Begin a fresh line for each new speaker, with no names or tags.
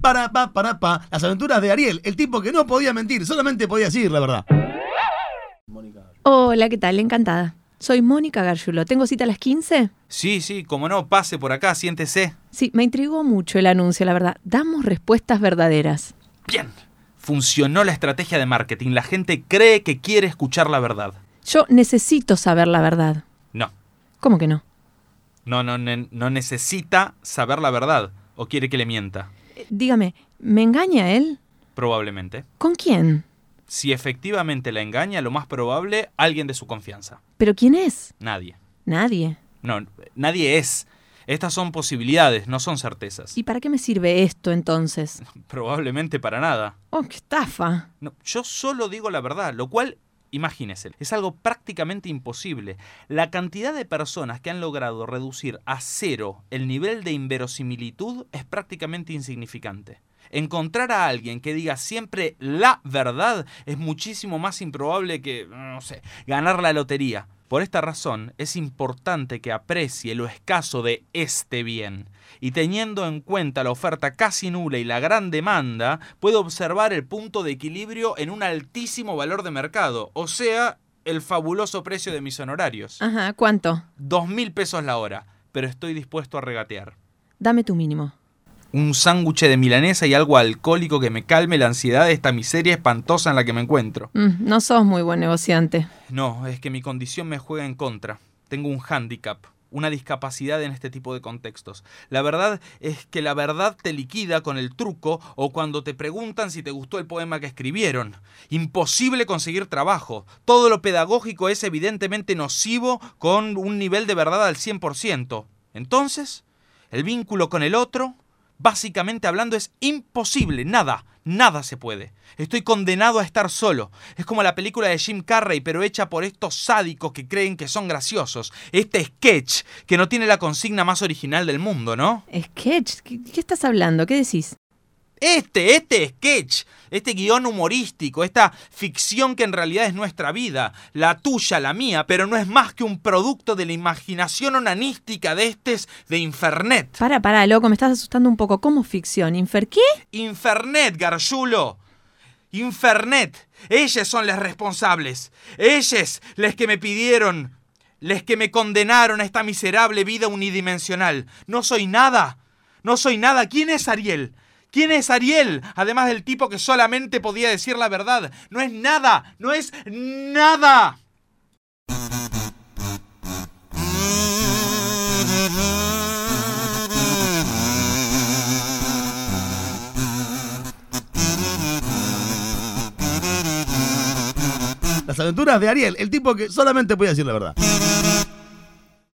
para, pa, para, pa. Las aventuras de Ariel, el tipo que no podía mentir, solamente podía decir la verdad.
Hola, ¿qué tal? Encantada. Soy Mónica Garjulo. ¿Tengo cita a las 15?
Sí, sí, como no, pase por acá, siéntese.
Sí, me intrigó mucho el anuncio, la verdad. Damos respuestas verdaderas.
Bien. Funcionó la estrategia de marketing. La gente cree que quiere escuchar la verdad.
Yo necesito saber la verdad.
No,
¿Cómo que no?
no, no, ne- no necesita saber la verdad. O quiere que le mienta.
Eh, Dígame, ¿me engaña él?
Probablemente.
¿Con quién?
Si efectivamente la engaña, lo más probable, alguien de su confianza.
¿Pero quién es?
Nadie.
Nadie.
No, nadie es. Estas son posibilidades, no son certezas.
¿Y para qué me sirve esto entonces?
Probablemente para nada.
Oh, qué estafa.
No, yo solo digo la verdad, lo cual, imagínese, es algo prácticamente imposible. La cantidad de personas que han logrado reducir a cero el nivel de inverosimilitud es prácticamente insignificante. Encontrar a alguien que diga siempre la verdad es muchísimo más improbable que, no sé, ganar la lotería. Por esta razón, es importante que aprecie lo escaso de este bien y teniendo en cuenta la oferta casi nula y la gran demanda, puede observar el punto de equilibrio en un altísimo valor de mercado, o sea, el fabuloso precio de mis honorarios.
Ajá, ¿cuánto?
Dos mil pesos la hora, pero estoy dispuesto a regatear.
Dame tu mínimo.
Un sándwich de milanesa y algo alcohólico que me calme la ansiedad de esta miseria espantosa en la que me encuentro.
Mm, no sos muy buen negociante.
No, es que mi condición me juega en contra. Tengo un hándicap, una discapacidad en este tipo de contextos. La verdad es que la verdad te liquida con el truco o cuando te preguntan si te gustó el poema que escribieron. Imposible conseguir trabajo. Todo lo pedagógico es evidentemente nocivo con un nivel de verdad al 100%. Entonces, el vínculo con el otro, básicamente hablando, es imposible. Nada, nada se puede. Estoy condenado a estar solo. Es como la película de Jim Carrey, pero hecha por estos sádicos que creen que son graciosos. Este sketch, que no tiene la consigna más original del mundo, ¿no?
Sketch, ¿qué, qué estás hablando? ¿Qué decís?
Este, este sketch, este guión humorístico, esta ficción que en realidad es nuestra vida, la tuya, la mía, pero no es más que un producto de la imaginación onanística de estes de Infernet.
Para, para, loco, me estás asustando un poco. ¿Cómo ficción? ¿Infer qué?
Infernet, Garjulo. Infernet. Ellas son las responsables. Ellas les que me pidieron. Les que me condenaron a esta miserable vida unidimensional. No soy nada. No soy nada. ¿Quién es Ariel? ¿Quién es Ariel? Además del tipo que solamente podía decir la verdad. No es nada. No es nada.
Las aventuras de Ariel, el tipo que solamente podía decir la verdad.